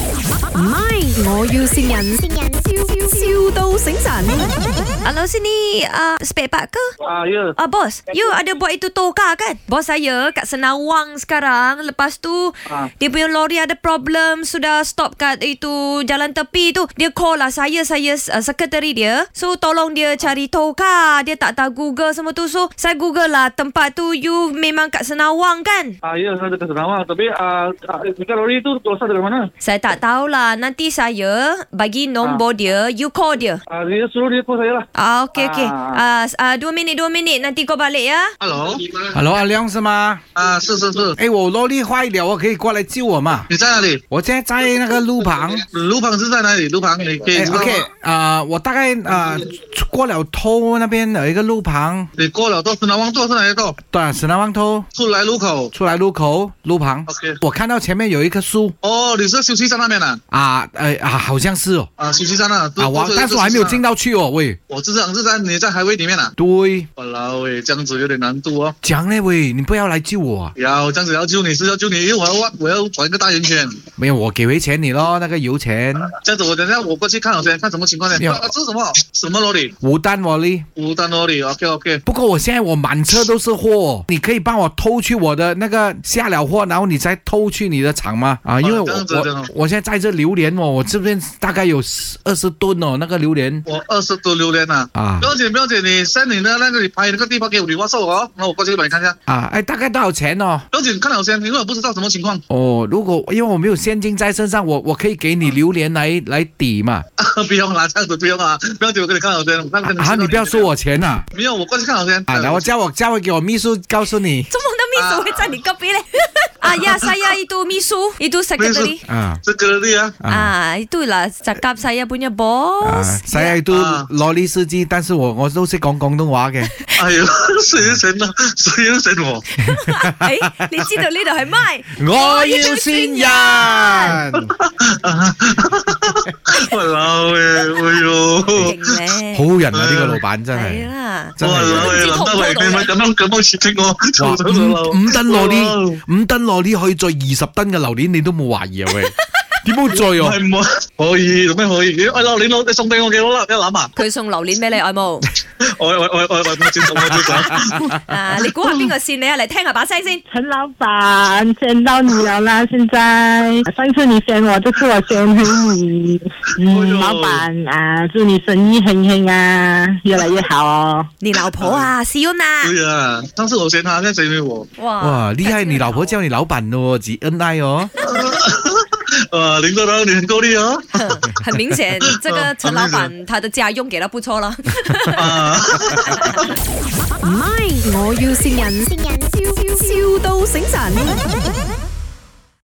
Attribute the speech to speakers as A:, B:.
A: 唔係，我要善人，笑笑到醒神。
B: Hello sini, uh, spare part ke?
C: Ah ya.
B: Ah bos, you ada buat itu toka kan? Bos saya kat Senawang sekarang. Lepas tu
C: Ah.
B: dia punya lori ada problem, sudah stop kat itu jalan tepi tu. Dia call lah saya, saya uh, sekretari dia. So tolong dia cari toka. Dia tak tahu Google semua tu. So saya Google lah tempat tu you memang kat Senawang kan?
C: Ah ya, saya dekat Senawang. Tapi ah ah, dekat lori tu keluar dari mana?
B: Saya tak tahulah. Nanti saya bagi nombor dia, you call dia.
C: Ah dia suruh dia call saya lah.
B: Ah, okey, okey. Ah,
C: Ah.
B: ah, dua minit, dua minit. Nanti kau balik ya.
D: Hello，
E: Hello，阿亮是吗？
D: 啊，是是是，
E: 哎，我萝莉坏了，我可以过来救我嘛？
D: 你在哪里？
E: 我现在在那个路旁。
D: 卢鹏是在哪里？卢鹏，哎你可以
E: 哎
D: 知道吗
E: ，OK，啊、我大概啊、过了偷那边有一个路旁，
D: 你过了到石南旺，坐是哪一个？
E: 对，石南湾偷
D: 出来路口。
E: 出来路口路旁
D: OK
E: 我看到前面有一棵树
D: 哦，你是休息站那边的
E: 啊，呃啊，好像是哦，
D: 啊？休息站那
E: 啊，我但是我还没有进
D: 到。
E: 到去哦，喂，
D: 我知道，知道你在海位里面啊。
E: 对，
D: 哇啦喂，这样子有点难度哦。
E: 讲嘞喂，你不要来救我啊，
D: 要这样子要救你是要救你，因为我要弯我要转一个大圆圈。
E: 没有，我给回钱你咯，那个油钱
D: 这样子我等一下我过去看我先看什么情况呢？
E: 没有
D: 啊，这是什么什么罗里？
E: 无单我哩。
D: 五单罗里，OK OK。
E: 不过我现在我满车都是货，你可以帮我偷去我的那个下了货，然后你再偷去你的厂吗？啊，因为我
D: 哦这样子这样
E: 我
D: 子
E: 我现在在这榴莲哦，我这边大概有二十吨哦，那个榴莲
D: 我二十多榴莲啊。
E: 啊
D: 不要紧不要紧，你 send 你的那个你拍那个地方给我，你 w h a t 哦，那我过去帮你看一下。
E: 啊，哎，大概多少钱哦？
D: 不要紧，看了先，因为我不知道什么情况，
E: 哦，如果因为我没有现金在身上，我我可以给你榴莲来来抵嘛。
D: 啊不用啦，这样子不用啦，不要紧，我给你看好先，我看看
E: 啊，你不要收，我钱呐、
D: 没有，我过去看好先。
E: 啊！然后叫我叫我给我秘书告诉你
B: 怎么我的秘书会在你隔壁嘞？啊呀，saya itu misu, itu secretary.
E: 啊
D: 这个力啊，
E: 啊
B: 啊，itulah 哦 cakap saya punya
E: 啊！
B: bos.
E: 虽然都
D: 啊
E: 萝莉司机，但是我我都是讲广东话嘅。
D: 哎呦， 谁神呢？谁神我？
B: 哎，你知道呢度係咪？
E: 我要先人，
D: 我老喂，哎呦，
B: 勁咧，
E: 好人啊！呢個老闆真
B: 係
E: 係，
B: 啦。
E: 真
D: 我老
E: 係
D: 喂，林德伟，你咪咁样咁样刺激我，
E: 哇！
D: 做咗老
E: 五五噸落呢，五噸落呢去再二十噸嘅榴蓮，你都冇懷疑啊喂？點冇再
D: 系
E: 哦？
D: 唔可以，做咩可以？我榴莲佬，你送俾我几多粒一攬啊？
B: 佢送榴蓮俾你，愛慕。
D: 我我我我我接受，我接受。
B: 啊，你估下邊個線你啊？嚟聽下把聲先。
F: 陈老板，见到你了啦！现 在上次你选我，这次我选回你。
D: 哎呦
F: 嗯，老板啊，祝你生意兴兴啊，越来越好哦。
B: 你老婆啊，試咗啊。
D: 对啊，上次我嫌他，现在谁没我？
E: 哇！厲害！你 老婆叫你老闆咯，只恩愛哦。
D: 呃，林德郎，你很够力哦。
B: 很明顯，這個陳老闆他的家用給他不錯啦。
D: 啊。
A: 唔係，我要善人，笑笑到醒神。